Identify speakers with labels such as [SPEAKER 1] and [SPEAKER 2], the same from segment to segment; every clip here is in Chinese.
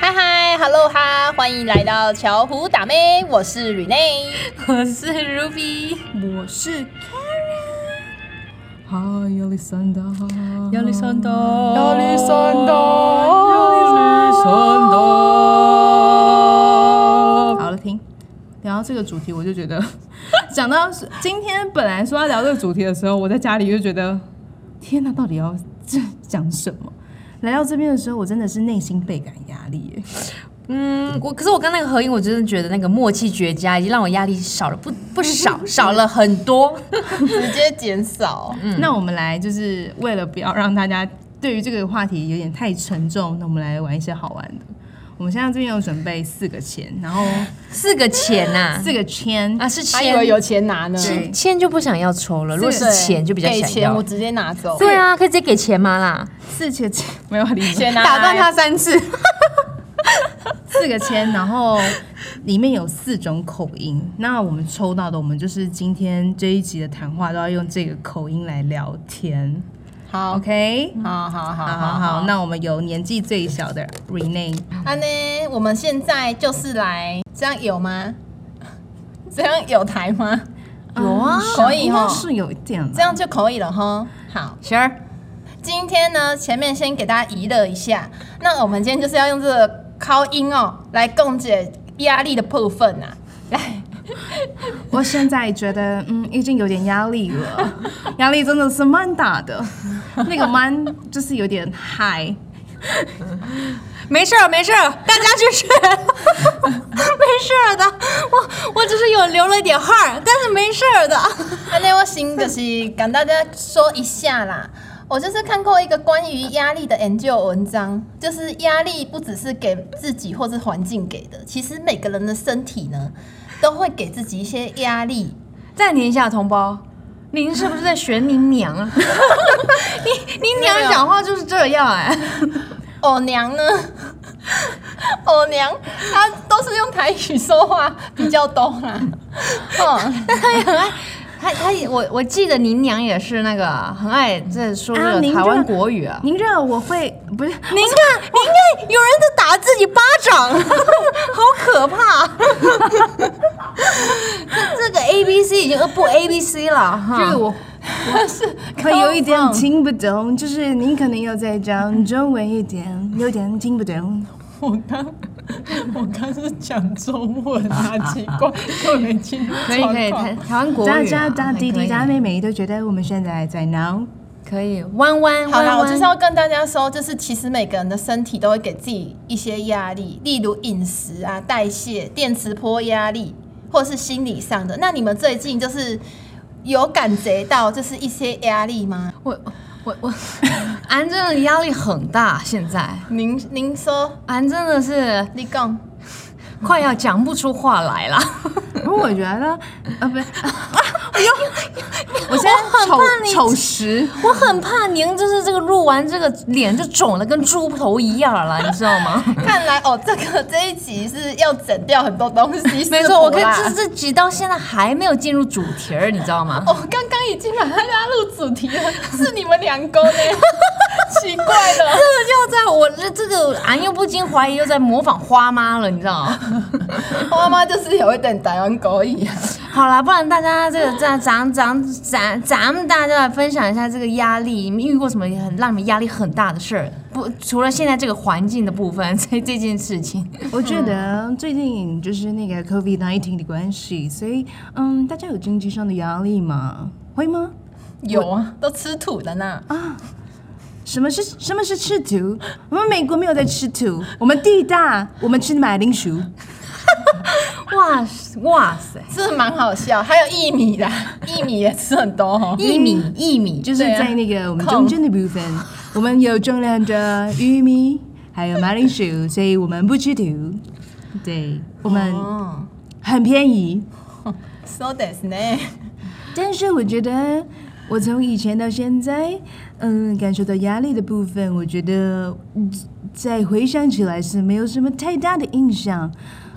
[SPEAKER 1] 嗨嗨，Hello 哈，欢迎来到巧虎打妹，我是 Rene。
[SPEAKER 2] 我是 Ruby，
[SPEAKER 1] 我是
[SPEAKER 3] 嗨，亚历山大，
[SPEAKER 2] 亚历山大，
[SPEAKER 3] 亚历山大，
[SPEAKER 2] 亚历山
[SPEAKER 3] 好了，停。聊到这个主题，我就觉得， 讲到今天本来说要聊这个主题的时候，我在家里就觉得，天哪，到底要这讲什么？来到这边的时候，我真的是内心倍感压力耶。
[SPEAKER 2] 嗯，我可是我跟那个合影，我真的觉得那个默契绝佳，已经让我压力少了不不 少，少了很多。
[SPEAKER 1] 直接减少。嗯
[SPEAKER 3] 那我们来就是为了不要让大家对于这个话题有点太沉重，那我们来玩一些好玩的。我们现在这边有准备四个钱，然后
[SPEAKER 2] 四个钱 呐、
[SPEAKER 3] 四个签
[SPEAKER 2] 啊，，是
[SPEAKER 1] 还以
[SPEAKER 2] 钱
[SPEAKER 1] 为有钱拿呢，
[SPEAKER 2] 是钱就不想要抽了，如果
[SPEAKER 1] 对
[SPEAKER 2] 是钱就比较
[SPEAKER 1] 给
[SPEAKER 2] 想
[SPEAKER 1] 钱，我
[SPEAKER 2] 要。
[SPEAKER 1] 直接拿走，
[SPEAKER 2] 对啊，可以直接给钱吗啦？
[SPEAKER 3] 四个签啊没有理
[SPEAKER 1] 钱拿来
[SPEAKER 3] 打断他三 次， 四个签，然后里面有四种口音。那我们抽到的，我们就是今天这一集的谈话都要用这个口音来聊天。
[SPEAKER 1] 好，
[SPEAKER 3] OK，
[SPEAKER 1] 好好好
[SPEAKER 3] 好
[SPEAKER 1] 好
[SPEAKER 3] 好
[SPEAKER 2] 啊
[SPEAKER 1] 好
[SPEAKER 3] 好，。那我们有年纪最小的 Rene，
[SPEAKER 1] 啊呢，我们现在就是来，这样有吗？ 这样有台吗？
[SPEAKER 3] 有啊
[SPEAKER 1] 可以
[SPEAKER 3] 应该
[SPEAKER 1] 哦
[SPEAKER 3] 是有一点啦
[SPEAKER 1] 这样就可以了哈。好，
[SPEAKER 2] 行儿，
[SPEAKER 1] 今天呢，前面先给大家娱乐一下。那我们今天就是要用这个高音哦，来共解压力的部分啊。来，
[SPEAKER 3] 我现在觉得，嗯，已经有点压力 了，压力真的是蛮大的，那个蛮就是有点嗨。
[SPEAKER 2] 没事儿，没事儿，大家去睡，没事儿的。我我只是有流了一点汗儿，但是没事儿的。
[SPEAKER 1] 啊，那我先就是跟大家说一下啦。我就是看过一个关于压力的研究文章，就是压力不只是给自己或是环境给的，其实每个人的身体呢，都会给自己一些压 力。
[SPEAKER 2] 暂停一下，同胞，您是不是在学您娘啊？ 你你娘讲话就是这样哎、
[SPEAKER 1] 偶哦娘呢？偶娘，她都是用台语说话比较多啦。 嗯，
[SPEAKER 2] 她她也我我记得您娘也是那个很爱在说这
[SPEAKER 3] 啊
[SPEAKER 2] 个
[SPEAKER 3] 您
[SPEAKER 2] 台
[SPEAKER 3] 这
[SPEAKER 2] 湾
[SPEAKER 3] 样
[SPEAKER 2] 国语啊。
[SPEAKER 3] 您这我会不是
[SPEAKER 2] 您看，您看，有人在打自己巴掌， 好可怕！这 这个 A B C 已经不 A B C 了
[SPEAKER 3] 这
[SPEAKER 2] 哈
[SPEAKER 3] 个。我
[SPEAKER 1] 嗯
[SPEAKER 3] 可有一点听不懂，就是您可能要再讲中文一点，有点听不懂。
[SPEAKER 4] 我刚我刚是讲中文啊，奇怪，我没进入
[SPEAKER 2] 可以可以，
[SPEAKER 4] 状况
[SPEAKER 2] 台台湾国语、啊
[SPEAKER 3] 大，家大弟弟大
[SPEAKER 2] 还可以
[SPEAKER 3] 妹妹都觉得我们现在在 闹，
[SPEAKER 2] 可以弯弯
[SPEAKER 1] 好
[SPEAKER 2] 弯
[SPEAKER 1] 啦，
[SPEAKER 2] 弯。
[SPEAKER 1] 我就是要跟大家说，就是其实每个人的身体都会给自己一些压力，例如饮食啊、代谢、电磁波压力，或是心理上的。那你们最近就是有感觉到就是一些压力吗？
[SPEAKER 2] 我我我，俺真的压力很大，现在
[SPEAKER 1] 您您说，
[SPEAKER 2] 俺真的是
[SPEAKER 1] 你讲，
[SPEAKER 2] 快要讲不出话来了。
[SPEAKER 3] 不过我觉得啊，不是， 我现在
[SPEAKER 2] 我很怕你
[SPEAKER 3] 丑丑时。
[SPEAKER 2] 我很怕您就是这个录完这个脸就肿的跟猪头一样了，你知道吗？
[SPEAKER 1] 看来哦，这个这一集是要整掉很多东西。
[SPEAKER 2] 没
[SPEAKER 1] 是
[SPEAKER 2] 错，
[SPEAKER 1] 不
[SPEAKER 2] 我看
[SPEAKER 1] 啦
[SPEAKER 2] 这这集到现在还没有进入主题儿，你知道吗？
[SPEAKER 1] 哦，刚刚已经把它拉入主题了，是你们两个 呢？奇怪了，
[SPEAKER 2] 这个就在我这这个，俺又不禁怀疑又在模仿花妈了，你知道吗？
[SPEAKER 1] 我妈妈就是有一点台湾狗语啊。
[SPEAKER 2] 好啦，不然大家这个这样咱咱咱咱们大家来分享一下这个压力，你们遇过什么很让你们压力很大的事儿？不，除了现在这个环境的部分，这这件事情，
[SPEAKER 3] 我觉得最近就是那个 COVID nineteen 的关系，所以嗯，大家有经济上的压力吗？会吗？
[SPEAKER 1] 有啊，都吃土的呢。
[SPEAKER 3] 什么是什么是吃土？我们美国没有在吃土，我们地大，我们吃马铃薯。
[SPEAKER 2] 哇塞哇塞，
[SPEAKER 1] 这蛮好笑，还有薏米啦，薏米也吃很多哦。
[SPEAKER 2] 一米一米，
[SPEAKER 3] 就是
[SPEAKER 1] 对啊
[SPEAKER 3] 在那个我们中间的部分，我们有种量的玉米，还有马铃薯，所以我们不吃土。对，我们
[SPEAKER 1] 嗯，
[SPEAKER 3] 很便宜。
[SPEAKER 1] so this 呢？
[SPEAKER 3] 但是我觉得，我从以前到现在，嗯，感受到压力的部分，我觉得嗯再回想起来是没有什么太大的印象。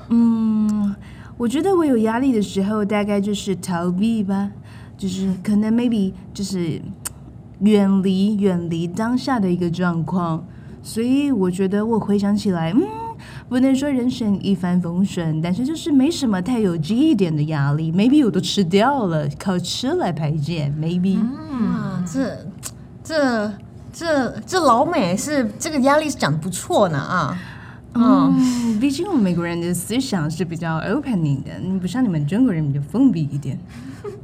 [SPEAKER 3] 嗯，我觉得我有压力的时候，大概就是逃避吧，就是可能 maybe 就是远离远离当下的一个状况。所以我觉得我回想起来，嗯，不能说人生一帆风顺，但是就是没什么太有记忆点的压力。Maybe 我都吃掉了，靠吃来排解。Maybe，、
[SPEAKER 2] 哇，啊这这这这老美是这个压力是长得不错呢啊。嗯，
[SPEAKER 3] 嗯，毕竟我们美国人的思想是比较 opening 的，不像你们中国人比较封闭一点。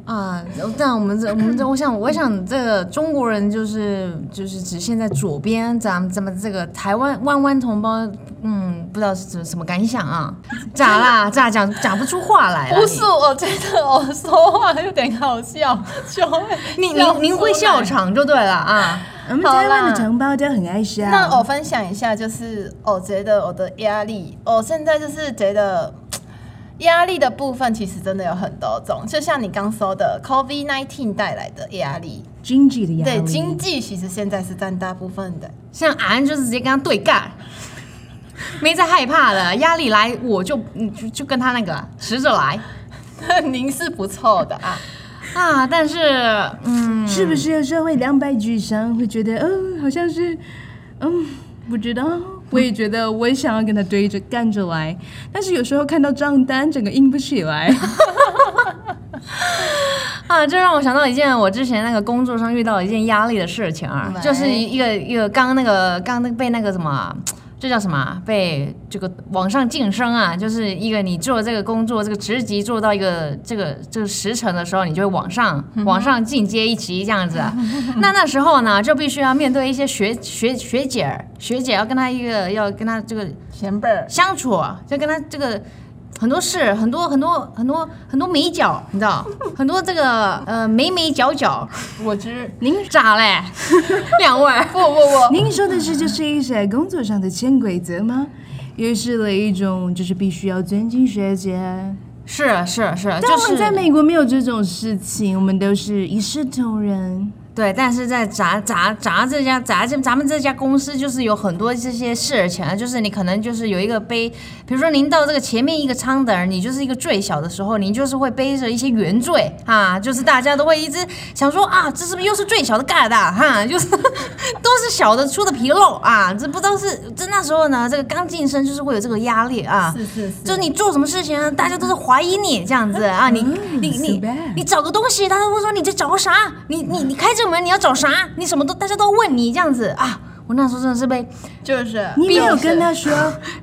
[SPEAKER 2] 啊，但我们这我们这，我想我想这个中国人就是就是只限在左边，咱们咱们这个台湾湾湾同胞，嗯，不知道是怎什么感想啊？咋啦？咋讲讲不出话来啊了？
[SPEAKER 4] 不是，我觉得我说话有点 好笑，就会
[SPEAKER 2] 你，您
[SPEAKER 4] 笑
[SPEAKER 2] 您您会
[SPEAKER 4] 出来
[SPEAKER 2] 笑场就对了啊。
[SPEAKER 3] 我们
[SPEAKER 1] 好啦
[SPEAKER 3] 台湾的同胞都很爱笑。
[SPEAKER 1] 那我分享一下，就是我觉得我的压力，我现在就是觉得压力的部分其实真的有很多种，就像你刚说的，COVID nineteen 带来的压力，
[SPEAKER 3] 经济的压力，
[SPEAKER 1] 对经济其实现在是占大部分的。
[SPEAKER 2] 像俺就是直接跟他对干，没在害怕的，压力来我就嗯就就跟他那个直着来
[SPEAKER 1] 您是不错的啊，
[SPEAKER 2] 啊。但是嗯，
[SPEAKER 3] 是不是有时候会两败俱伤，会觉得嗯，好像是嗯，不知道。我也觉得，我也想要跟他对着干着来，但是有时候看到账单，整个硬不起来。
[SPEAKER 2] 啊，这让我想到一件我之前那个工作上遇到一件压力的事情啊，
[SPEAKER 1] 来
[SPEAKER 2] 就是一个一个刚那个刚那个被那个什么。这叫什么啊？被这个往上晋升啊，就是一个你做这个工作这个职级做到一个这个这个时辰的时候，你就会往上往上进阶一级这样子。啊那那时候呢，就必须要面对一些学学学姐儿学姐要跟她一个要跟她这个
[SPEAKER 1] 前辈儿，
[SPEAKER 2] 相处，啊就跟他这个很多事，很多很多很多很多眉角，你知道，很多这个呃眉眉角角，
[SPEAKER 1] 我知
[SPEAKER 2] 您咋嘞？ 两位，
[SPEAKER 1] 不不不，
[SPEAKER 3] 您说的是就是一些工作上的潜规则吗？也是了一种就是必须要尊敬学姐。
[SPEAKER 2] 是是是，
[SPEAKER 3] 但
[SPEAKER 2] 就
[SPEAKER 3] 我们
[SPEAKER 2] 是
[SPEAKER 3] 在美国没有这种事情，我们都是一视同仁。
[SPEAKER 2] 对，但是在咱咱咱这家咱这咱们这家公司就是有很多这些事情啊，就是你可能就是有一个背，比如说您到这个前面一个舱的人，你就是一个最小的时候，您就是会背着一些原罪啊，就是大家都会一直想说啊，这是不是又是最小的疙瘩哈，就是 都是小的粗的皮肉啊，这不知道是这那时候呢，这个刚晋升就是会有这个压力啊，
[SPEAKER 1] 是是是，
[SPEAKER 2] 就是你做什么事情啊，大家都是怀疑你这样子啊，
[SPEAKER 1] 嗯
[SPEAKER 2] 你你你
[SPEAKER 3] so bad
[SPEAKER 2] 你找个东西，大家都会说你在找啥？你你你开这个门你要找啥？你什么都大家都问你这样子啊。我那时候真的是被
[SPEAKER 1] 就是
[SPEAKER 3] 你没有
[SPEAKER 1] 就是
[SPEAKER 3] 跟他说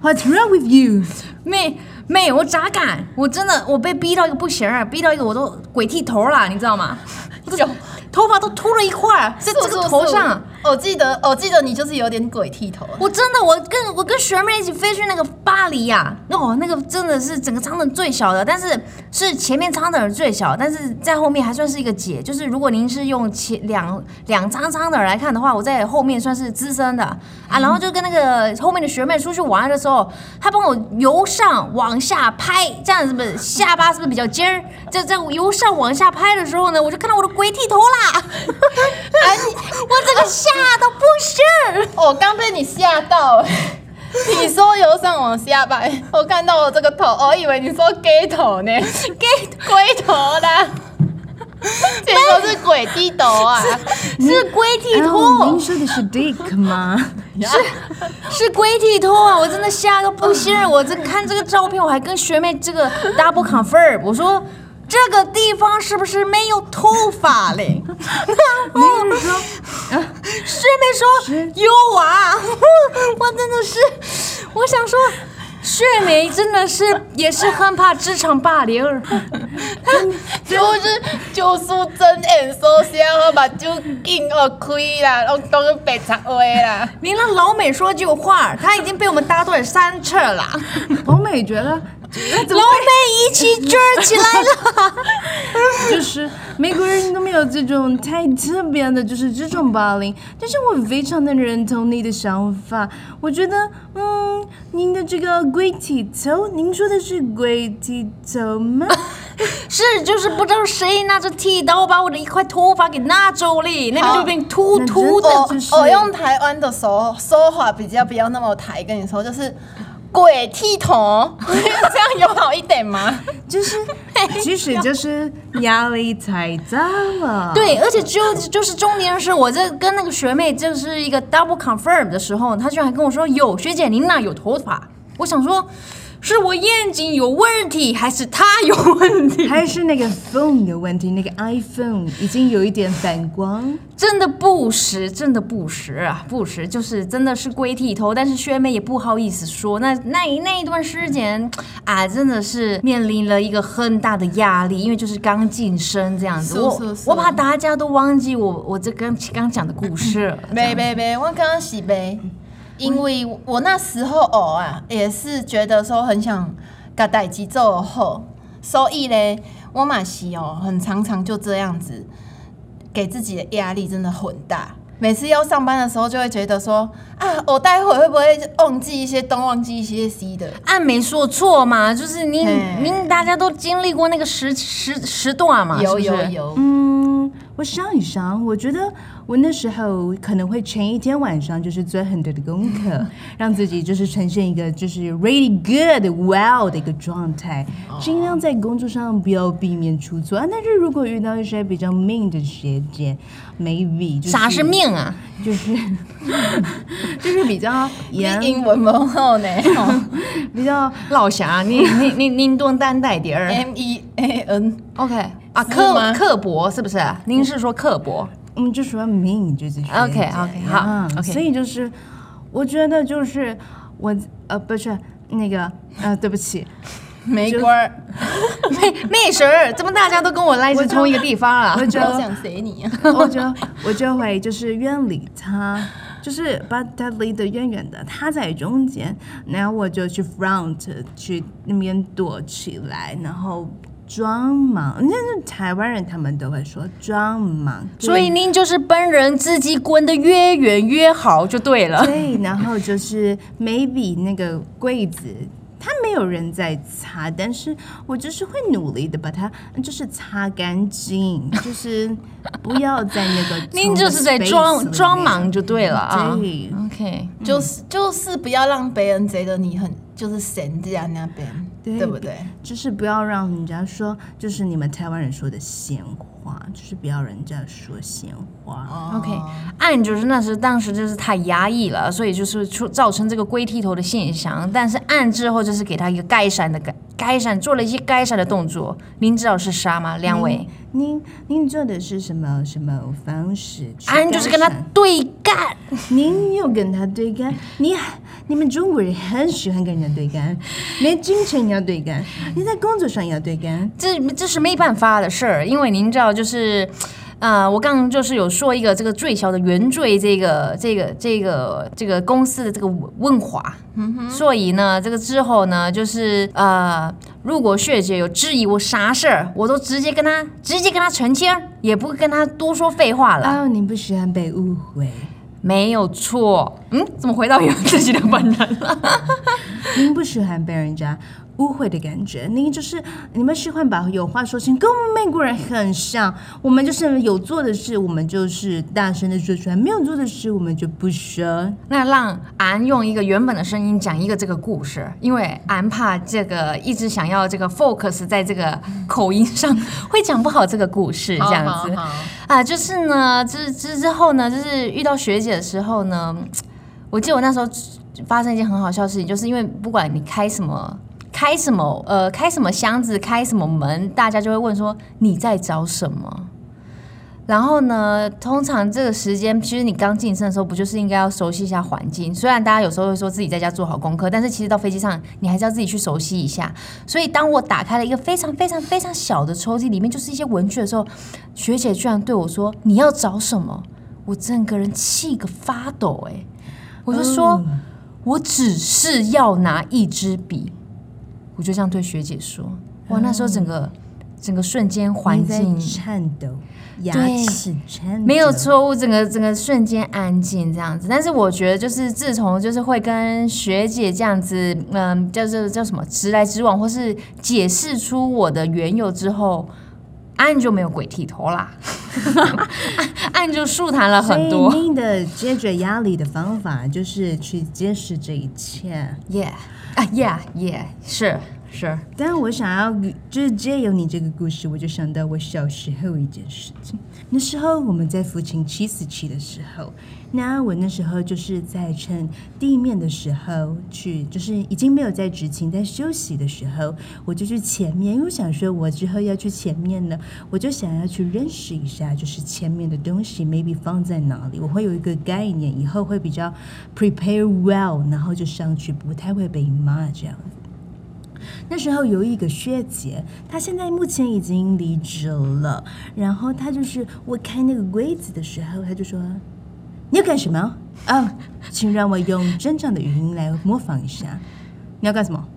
[SPEAKER 3] What's wrong with you？
[SPEAKER 2] 妹妹，我咋敢？我真的我被逼到一个不行儿，逼到一个我都鬼剃头了，你知道吗？我都
[SPEAKER 1] 有
[SPEAKER 2] 头发都秃了一块儿，在这
[SPEAKER 1] 是
[SPEAKER 2] 个
[SPEAKER 1] 是
[SPEAKER 2] 头
[SPEAKER 1] 是
[SPEAKER 2] 上。
[SPEAKER 1] 我记得我记得你就是有点鬼剃头，
[SPEAKER 2] 我真的，我跟我跟学妹一起飞去那个巴黎呀、哦，那个真的是整个舱等最小的，但是是前面舱等人最小，但是在后面还算是一个姐。就是如果您是用前两两舱舱等人来看的话，我在后面算是资深的啊。然后就跟那个后面的学妹出去玩的时候，她帮我由上往下拍，这样子不是下巴是不是比较尖儿？这这由上往下拍的时候呢，我就看到我的鬼剃头啦， 哎，我整个吓到不行儿。
[SPEAKER 1] 我哦刚被你吓 到。你说由上往下摆，我看到我这个头，我以为你说 gay 头呢，gay 龟头啦，结果是鬼剃头啊！
[SPEAKER 3] 嗯
[SPEAKER 2] 是龟剃
[SPEAKER 3] 然
[SPEAKER 2] 头，
[SPEAKER 3] 后您说的是 Dick 吗？
[SPEAKER 2] 是龟剃头啊！我真的吓个不 行儿，我这看这个照片，我还跟学妹这个 double confirm，我说这个地方是不是没有头发 嘞？
[SPEAKER 3] 您是说啊
[SPEAKER 2] 学妹说有啊， 我真的是，我想说。学妹真的是也是很怕职场霸凌儿，
[SPEAKER 1] 就是就是睁眼说瞎话，把睭硬而开啦，我讲个白贼话啦。
[SPEAKER 2] 你让老美说句话儿，她已经被我们打断三 次了。
[SPEAKER 3] 欧美觉得
[SPEAKER 2] 老美一起卷儿起来了。
[SPEAKER 3] 就是美国人都没有这种太特别的，就是这种霸凌。但是我非常的认同你的想法，我觉得，嗯，您的这个龟剃头，您说的是龟剃头吗？
[SPEAKER 2] 是，就是不知道谁拿着剃刀把我的一块头发给拿走了，那边就变秃
[SPEAKER 3] 那
[SPEAKER 2] 秃的
[SPEAKER 3] 真。
[SPEAKER 1] 我
[SPEAKER 3] 的就是
[SPEAKER 1] 我哦用台湾的手说话比较不要那么台，跟 你说就是鬼剃头，这样有好一点吗？
[SPEAKER 3] 就是其实就是压力太大了。
[SPEAKER 2] 对，而且只有就是中年时，我这跟那个学妹就是一个 double confirm 的时候，她居然还跟我说：“有学姐，您那有头发？”我想说，是我眼睛有问题，还是她有问题？
[SPEAKER 3] 还是那个 phone 的问题，那个 iPhone 已经有一点反光。
[SPEAKER 2] 真的不实，真的不实啊，不实就是真的是龟剃头，但是学妹也不好意思说。那那一那一段时间啊，真的是面临了一个很大的压力，因为就是刚晋升这样子，
[SPEAKER 4] 是
[SPEAKER 2] 我
[SPEAKER 4] 是是
[SPEAKER 2] 我怕大家都忘记我我这刚刚讲的故事了。
[SPEAKER 1] 没没没，我刚刚洗杯，因为我那时候哦啊，也是觉得说很想把代志做好，所以嘞，我嘛是哦，很常常就这样子，给自己的压力真的很大。每次要上班的时候，就会觉得说啊，我待会会不会忘记一些东，忘记一些西的？
[SPEAKER 2] 按没说错嘛，就是您
[SPEAKER 1] 嘿
[SPEAKER 2] 您大家都经历过那个时时时段嘛，
[SPEAKER 1] 有
[SPEAKER 2] 啊是不
[SPEAKER 1] 有
[SPEAKER 2] 是，
[SPEAKER 1] 有，
[SPEAKER 3] 嗯，我想一想，我觉得我那时候可能会前一天晚上就是做很多的功课，让自己就是呈现一个就是 really good wow 的一个状态，尽量在工作上不要避免出错。啊但是如果遇到一些比较命的学姐，maybe 就是
[SPEAKER 2] 啥是命啊？
[SPEAKER 3] 就是就是比较
[SPEAKER 1] 你
[SPEAKER 3] 严
[SPEAKER 1] 英文不好 呢
[SPEAKER 3] 比较
[SPEAKER 2] 老侠， 你你你您多担待点儿。
[SPEAKER 1] ，M E A N，
[SPEAKER 2] 哎 OK 啊，
[SPEAKER 1] 是
[SPEAKER 2] 刻
[SPEAKER 1] 吗
[SPEAKER 2] 刻薄是不是？您是说刻薄？
[SPEAKER 3] 我嗯们就说命就是学
[SPEAKER 2] OK，OK，好
[SPEAKER 3] 嗯
[SPEAKER 2] OK
[SPEAKER 3] 所以就是我觉得就是我呃不是那个呃对不起，
[SPEAKER 1] 没关儿，
[SPEAKER 2] 没没事儿，怎么大家都跟我来自同一个地方啊
[SPEAKER 3] 我？就
[SPEAKER 1] 我想谁你啊？
[SPEAKER 3] 我就我就会就是远离他，就是把他离得远远的，他在中间，然后我就去 front 去那边躲起来，然后。装忙，那是台湾人，他们都会说装忙，
[SPEAKER 2] 所以您就是本人自己滚得越远越好就对 了。
[SPEAKER 3] 对，然后就是 maybe 那个柜子，它没有人在擦，但是我就是会努力的把它就是擦干净，就是不要在那个
[SPEAKER 2] 您就是在
[SPEAKER 3] space 里
[SPEAKER 2] 装
[SPEAKER 3] 面
[SPEAKER 2] 装。忙就对了啊。
[SPEAKER 3] 对，
[SPEAKER 2] OK，
[SPEAKER 1] 就是就是不要让别人觉得你很就是神在那边，
[SPEAKER 3] 对
[SPEAKER 1] 对不对？
[SPEAKER 3] 就是不要让人家说，就是你们台湾人说的闲话，就是不要人家说闲话。
[SPEAKER 2] OK，按就是那时当时就是太压抑了，所以就是出造成这个龟剃头的现象。但是按之后就是给他一个改善的改改善，做了一些改善的动作。您知道是啥吗？两
[SPEAKER 3] 嗯
[SPEAKER 2] 位，
[SPEAKER 3] 您您做的是什么什么方式去改善？
[SPEAKER 2] 按就是跟他对干。
[SPEAKER 3] 您又跟他对干，你你们中国人很喜欢跟人家对干，连金钱要对干，你在工作上也要对干。
[SPEAKER 2] 这这是没办法的事儿，因为您知道，就是，呃，我刚刚就是有说一个这个最小的原罪，这个这个这个这个公司的这个问话，所以呢，这个之后呢，就是呃，如果学姐有质疑我啥事儿，我都直接跟她直接跟她澄清，也不跟她多说废话了，
[SPEAKER 3] 哦，你不喜欢被误会，
[SPEAKER 2] 没有错。嗯，怎么回到有自己的本人了？
[SPEAKER 3] 您不喜欢被人家误会的感觉，您就是你们喜欢把有话说清，跟我们美国人很像。我们就是有做的事，我们就是大声的说出来；没有做的事，我们就不说。
[SPEAKER 2] 那让俺用一个原本的声音讲一个这个故事，因为俺怕这个一直想要这个 focus 在这个口音上，会讲不好这个故事这样子
[SPEAKER 1] 好好好
[SPEAKER 2] 啊。就是呢，之之之后呢，就是遇到学姐的时候呢，我记得我那时候发生一件很好笑的事情，就是因为不管你开什么。开什么？呃，开什么箱子？开什么门？大家就会问说你在找什么？然后呢，通常这个时间，其实你刚晋升的时候，不就是应该要熟悉一下环境？虽然大家有时候会说自己在家做好功课，但是其实到飞机上，你还是要自己去熟悉一下。所以，当我打开了一个非常非常非常小的抽屉，里面就是一些文具的时候，学姐居然对我说：“你要找什么？”我整个人气个发抖、欸，我就说：“我只是要拿一支笔。”我就这样对学姐说：“哇，那时候整个整个瞬间环
[SPEAKER 3] 嗯你在
[SPEAKER 2] 境
[SPEAKER 3] 颤抖，牙
[SPEAKER 2] 对
[SPEAKER 3] 齿颤抖，
[SPEAKER 2] 没有错误，整个整个瞬间安静这样子。但是我觉得，就是自从就是会跟学姐这样子，嗯，叫叫叫什么直来直往，或是解释出我的缘由之后，安就没有鬼剃头啦。按住舒坦了很多
[SPEAKER 3] 所以你的解决压力的方法就是去接受这一切。
[SPEAKER 2] ，Yeah 啊 Yeah Yeah，是是，
[SPEAKER 3] 但我想要就是借由你这个故事，我就想到我小时候一件事情。那时候我们在福清七四七的时候，那我那时候就是在趁地面的时候去，就是已经没有在执勤，在休息的时候，我就去前面，因为我想说我之后要去前面呢，我就想要去认识一下，就是前面的东西 maybe 放在哪里，我会有一个概念，以后会比较 prepare well，然后就上去，不太会被骂这样。那时候有一个学姐，她现在目前已经离职了。然后她就是我开那个柜子的时候，她就说：“你要干什么？”哦，请让我用正常的语音来模仿一下。你要干什么？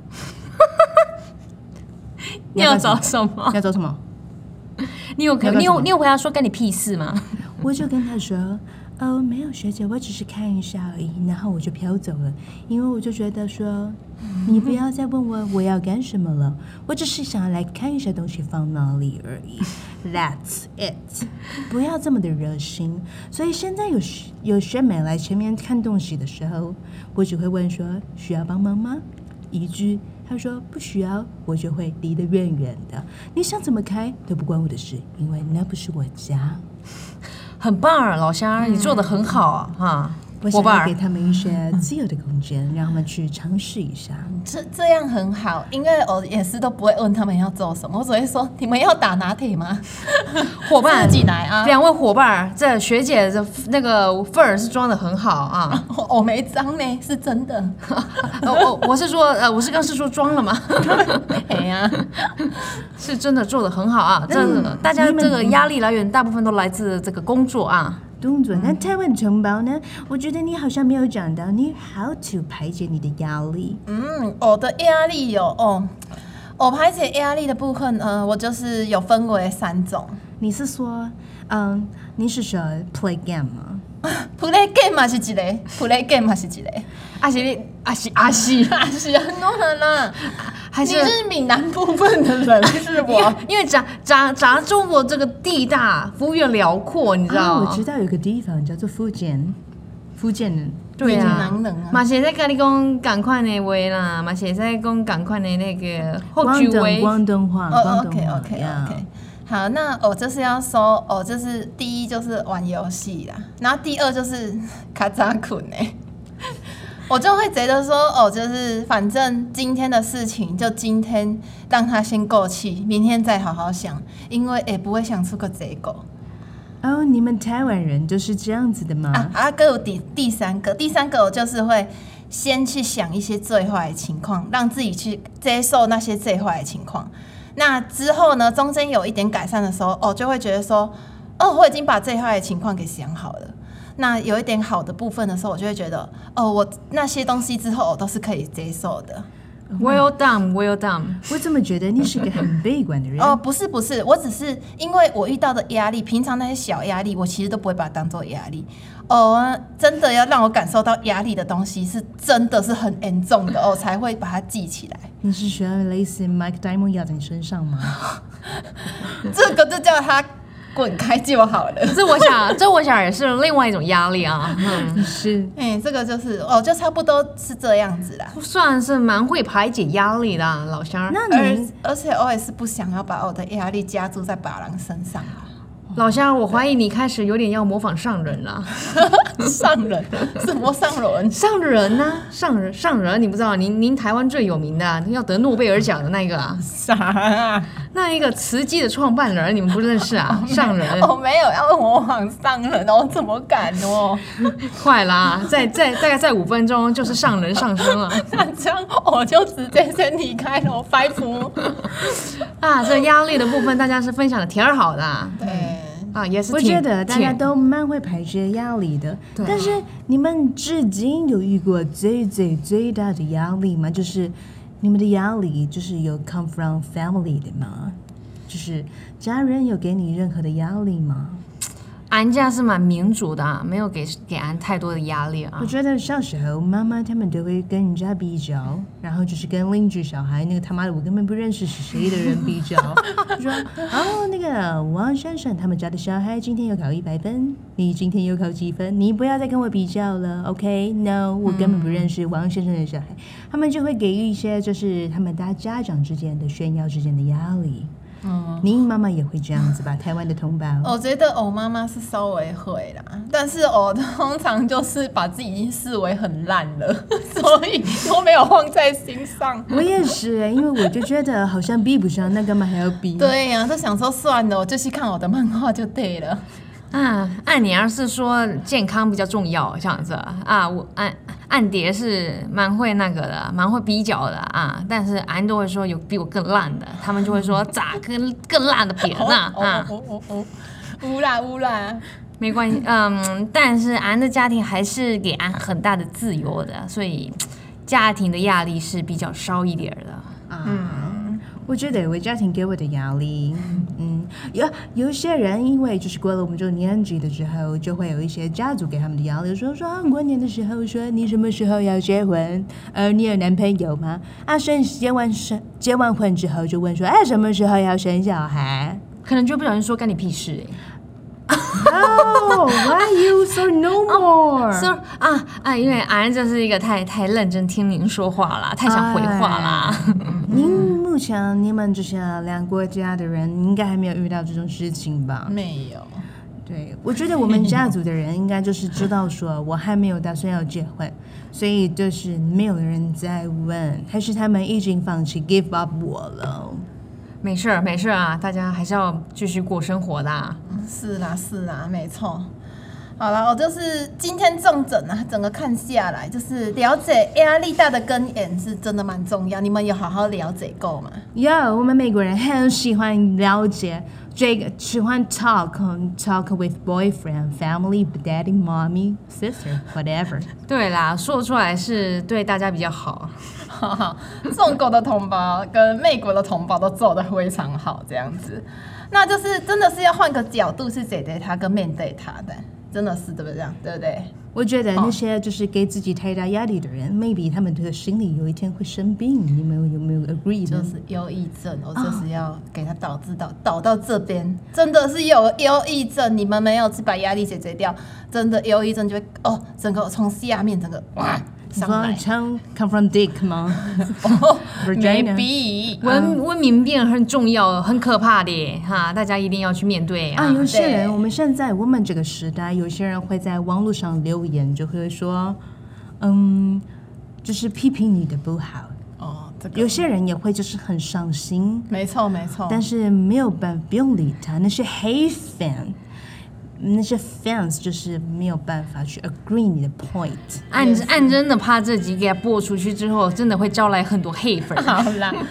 [SPEAKER 2] 你要找什么
[SPEAKER 3] 你？要做什么？
[SPEAKER 2] 你有
[SPEAKER 3] 要
[SPEAKER 2] 可
[SPEAKER 3] 找
[SPEAKER 2] 你
[SPEAKER 3] 什
[SPEAKER 2] 有
[SPEAKER 3] 么
[SPEAKER 2] 你有回答说干你屁事吗？
[SPEAKER 3] 我就跟她说：“哦，没有学姐，我只是看一下而已。”然后我就飘走了，因为我就觉得说，你不要再问我我要干什么了，我只是想要来看一下东西放哪里而已。That's it，不 要这么的热心。所以现在有学有学妹来前面看东西的时候，我只会问说需要帮忙吗？一句，她说不需要，我就会离得远远的。你想怎么开都不关我的事，因为那不是我家。
[SPEAKER 2] 很棒啊，老乡儿，你做的很好啊，哈，
[SPEAKER 3] 我
[SPEAKER 2] 伙
[SPEAKER 3] 想
[SPEAKER 2] 伴
[SPEAKER 3] 要给
[SPEAKER 2] 儿。
[SPEAKER 3] 他们一些自由的空间，让他们去尝试一下。
[SPEAKER 1] 这这样很好，因为我也是都不会问他们要做什么，我只会说你们要打拿铁 吗？
[SPEAKER 2] 伙 伴
[SPEAKER 1] 自己来啊
[SPEAKER 2] 两位伙伴儿，这学姐这那个份儿是装的很 好啊。
[SPEAKER 1] 我我没脏呢，是真的。
[SPEAKER 2] 呃我我是说，呃，我是刚是说装了吗？
[SPEAKER 1] 哎呀，
[SPEAKER 2] 是真的做的很好啊，这个大家这个压力来源大部分都来自这个工作啊。
[SPEAKER 3] 动作，那台湾同胞呢？我觉得你好像没有讲到你 how to 排解你的压力。
[SPEAKER 1] 嗯，我的压力有哦，我排解压力的部分，呃，我就是有分为三种
[SPEAKER 3] 你是说，嗯，你是说 play game 吗？
[SPEAKER 1] ，play game 嘛是一个，play game 嘛是一个，
[SPEAKER 2] 阿喜你，阿喜阿喜，
[SPEAKER 1] 啊是啊，弄人啦，
[SPEAKER 2] 还
[SPEAKER 1] 你
[SPEAKER 2] 是
[SPEAKER 1] 是闽南部分的人是
[SPEAKER 2] 因为
[SPEAKER 1] 我。
[SPEAKER 2] 因为咱咱咱中国这个地大，幅员辽阔，你知道
[SPEAKER 3] 啊，
[SPEAKER 2] 吗
[SPEAKER 3] 我？知道有个地方叫做福建，福建人。
[SPEAKER 2] 对
[SPEAKER 1] 闽
[SPEAKER 2] 啊
[SPEAKER 1] 南人
[SPEAKER 4] 嗯
[SPEAKER 1] 啊，
[SPEAKER 2] 马写在跟你讲赶快的话啦，马写在讲赶快的那个后
[SPEAKER 3] 广
[SPEAKER 2] 句
[SPEAKER 3] 东
[SPEAKER 2] 位。
[SPEAKER 3] 广东话，
[SPEAKER 1] 哦
[SPEAKER 3] 广东
[SPEAKER 1] ，OK
[SPEAKER 3] 话
[SPEAKER 1] OK
[SPEAKER 3] 呀
[SPEAKER 1] OK，好，那我就是要说，哦，就是第一就是玩游戏啦，然后第二就是卡扎苦呢， 我就会觉得说，哦，就是反正今天的事情就今天让它先过去，明天再好好想，因为也不会想出个结果。
[SPEAKER 3] 哦，你们台湾人就是这样子的吗？
[SPEAKER 1] 啊啊，还有第第三个，第三个我就是会先去想一些最坏的情况，让自己去接受那些最坏的情况。那之后呢，中间有一点改善的时候，哦，就会觉得说，哦，我已经把最坏的情况给想好了。那有一点好的部分的时候，我就会觉得，哦，我那些东西之后我都是可以接受的。
[SPEAKER 2] Well done, well done。
[SPEAKER 3] 我怎么觉得你是个很悲观 的人？
[SPEAKER 1] 哦，不是不是，我只是因为我遇到的压力，平常那些小压力，我其实都不会把它当做压力。哦，真的要让我感受到压力的东西，是真的是很严重的哦，才会把它记起来。
[SPEAKER 3] 你是学类似 Mike Diamond 压在你身上 吗？
[SPEAKER 1] 这个就叫他滚开就好了。
[SPEAKER 2] 这我想， 这我想也是另外一种压力啊。嗯，
[SPEAKER 3] 是。
[SPEAKER 1] 哎、这个就是哦，就差不多是这样子啦。
[SPEAKER 2] 算是蛮会排解压力的啊、老乡儿。
[SPEAKER 3] 那
[SPEAKER 1] 而
[SPEAKER 3] 你
[SPEAKER 1] 而且我也是不想要把我的压力加注在把郎身上啊，
[SPEAKER 2] 老乡儿，我怀疑你开始有点要模仿上人了。
[SPEAKER 1] 上人什么上 人？
[SPEAKER 2] 上人呢、上人上人，你不知道，您您台湾最有名的啊、要得诺贝尔奖的那个啊，
[SPEAKER 4] 啥啊？
[SPEAKER 2] 那一个慈济的创办人，你们不认识啊？上 人，
[SPEAKER 4] 哦
[SPEAKER 1] 我哦没有要问我往上人哦，我怎么敢哦？
[SPEAKER 2] 快啦，再再大概再五分钟就是上人上身了
[SPEAKER 1] 那这样我就直接先离开了，拜拜。
[SPEAKER 2] 啊！这压力的部分，大家是分享的挺好的啊，
[SPEAKER 1] 对，
[SPEAKER 2] 啊也是
[SPEAKER 3] 我
[SPEAKER 2] 挺
[SPEAKER 3] 觉得大家
[SPEAKER 2] 挺
[SPEAKER 3] 都蛮会排解压力的，
[SPEAKER 2] 对啊
[SPEAKER 3] 但是你们至今有遇过最最最大的压力吗？就是你们的压力就是有 come from family 的吗？就是家人有给你任何的压力吗？
[SPEAKER 2] 安这样是蛮民主的、啊，没有给给安太多的压力啊
[SPEAKER 3] 我。觉得小时候妈妈他们都会跟人家比较，然后就是跟邻居小孩那个他妈的我根本不认识是谁的人比较， 就说哦那个王珊珊他们家的小孩今天又考一百分，你今天又考几分？你不要再跟我比较了，OK？No，、我根本不认识王先生的小孩，他们就会给予一些就是他们大家长之间的炫耀之间的压力。嗯，您妈妈也会这样子吧？台湾的同胞。
[SPEAKER 1] 我觉得我妈妈是稍微会啦，但是我通常就是把自己已经视为很烂了， 所以都没有放在心上。
[SPEAKER 3] 我也是、欸因为我就觉得好像比不上，那干嘛还要比？
[SPEAKER 1] 对呀、就想说算了，我就去看我的漫画就对了。
[SPEAKER 2] 啊，按你要是说健康比较重要，这样子啊，我按按蝶是蛮会那个的，蛮会比较的啊，但是俺都会说有比我更烂的，他们就会说咋跟更烂的别 呢
[SPEAKER 4] 哦
[SPEAKER 2] 啊，
[SPEAKER 4] 哦哦哦，
[SPEAKER 1] 乌啦乌啦，
[SPEAKER 2] 没关系，嗯，但是俺的家庭还是给俺很大的自由的，所以家庭的压力是比较少一点儿的。
[SPEAKER 3] 我觉得我家庭给我的压力，嗯，有有些人因为就是过了我们这个年纪的时候，就会有一些家族给他们的压力，说说啊过年的时候说你什么时候要结婚，呃，你有男朋友吗？啊，生结完生结完婚之后就问说，哎，什么时候要生小孩
[SPEAKER 2] 可能就不小心说干你屁事哎、
[SPEAKER 3] ？Oh, why you so Oh, normal？
[SPEAKER 2] 所以啊啊，因为俺就是一个太太认真听您说话啦，太想回话啦。
[SPEAKER 3] 您目前你们这些两国家的人，应该还没有遇到这种事情吧？
[SPEAKER 1] 没有。
[SPEAKER 3] 对，我觉得我们家族的人应该就是知道，说我还没有打算要结婚，所以就是没有人再问，还是他们已经放弃 give up 我了。
[SPEAKER 2] 没事儿，没事儿啊，大家还是要继续过生活的啊。
[SPEAKER 1] 是啦，是啦，没错。好了，我就是今天重整啊，整个看下来，就是了解压力大的根源是真的蛮重要。你们有好好了解够吗？
[SPEAKER 3] 有，我们美国人很喜欢了解这个，喜欢 talk talk with boyfriend, family, daddy, mommy, sister, whatever。
[SPEAKER 2] 对啦，说出来是对大家比较好。
[SPEAKER 1] 哈哈，中国的同胞跟美国的同胞都做得非常好，这样子，那就是真的是要换个角度去解决它跟面对它的，真的是对不对？对不对？
[SPEAKER 3] 我觉得
[SPEAKER 1] 哦
[SPEAKER 3] 那些就是给自己太大压力的人、m a y b e 他们的心里有一天会生病。你们有没有 agree
[SPEAKER 1] 就
[SPEAKER 3] 呢？
[SPEAKER 1] 是忧郁症，我就是要给他导致导导到这边，真的是有忧郁症，你们没有去把压力解决掉，真的忧郁症就会哦，整个从下面整个哇
[SPEAKER 3] 你
[SPEAKER 1] 上
[SPEAKER 3] 说
[SPEAKER 1] 来
[SPEAKER 3] come come from dick 吗？
[SPEAKER 1] 哦
[SPEAKER 3] Virginia
[SPEAKER 1] ，maybe
[SPEAKER 2] 文文明病很重要，很可怕的哈，大家一定要去面对啊。
[SPEAKER 3] 啊，有些
[SPEAKER 1] 对
[SPEAKER 3] 人，我们现在我们这个时代，有些人会在网络上留言，就会说，嗯，就是批评你的不好。
[SPEAKER 1] 哦，这个
[SPEAKER 3] 有些人也会就是很伤心，
[SPEAKER 1] 没错没错，
[SPEAKER 3] 但是没有办法不用理他，那些 hate fan，那些 fans 就是没有办法去 agree 你的 point。
[SPEAKER 2] 按按真的怕这集给它播出去之后，真的会招来很多黑粉。
[SPEAKER 1] 好啦，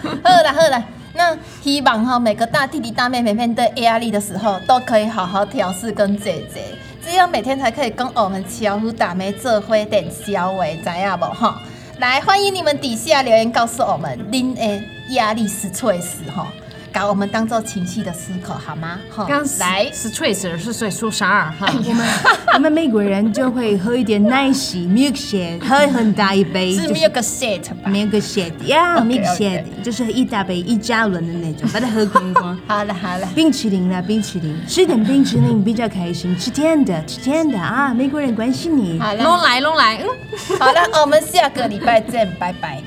[SPEAKER 1] 好啦，好啦。那希望哈，每个大弟弟大妹妹面对压力的时候，都可以好好调试跟解决，这样每天才可以跟我们巧虎打妹做伙点消维，知影无哈？来，欢迎你们底下留言告诉我们，您的压力是脆是哈，把我们当做情绪的思考好吗？哈
[SPEAKER 2] 刚
[SPEAKER 1] 来，
[SPEAKER 2] 是 t r a c e 是谁说啥儿哈？
[SPEAKER 3] 我们美国人就会喝一点奶昔 milkshake，喝很大一杯，
[SPEAKER 1] 是
[SPEAKER 3] 就是
[SPEAKER 1] milk shit 吧？
[SPEAKER 3] milkshake 呀
[SPEAKER 1] OK，OK
[SPEAKER 3] milkshake，就是一大杯一加仑的那种，把它喝光光。
[SPEAKER 1] 好了好了，
[SPEAKER 3] 冰淇淋啦，冰淇淋，吃点冰淇淋比较开心，吃甜的，吃甜的啊，美国人关心你。
[SPEAKER 1] 好了
[SPEAKER 2] 弄来弄来，嗯。
[SPEAKER 1] 好了，我们下个礼拜见，拜拜。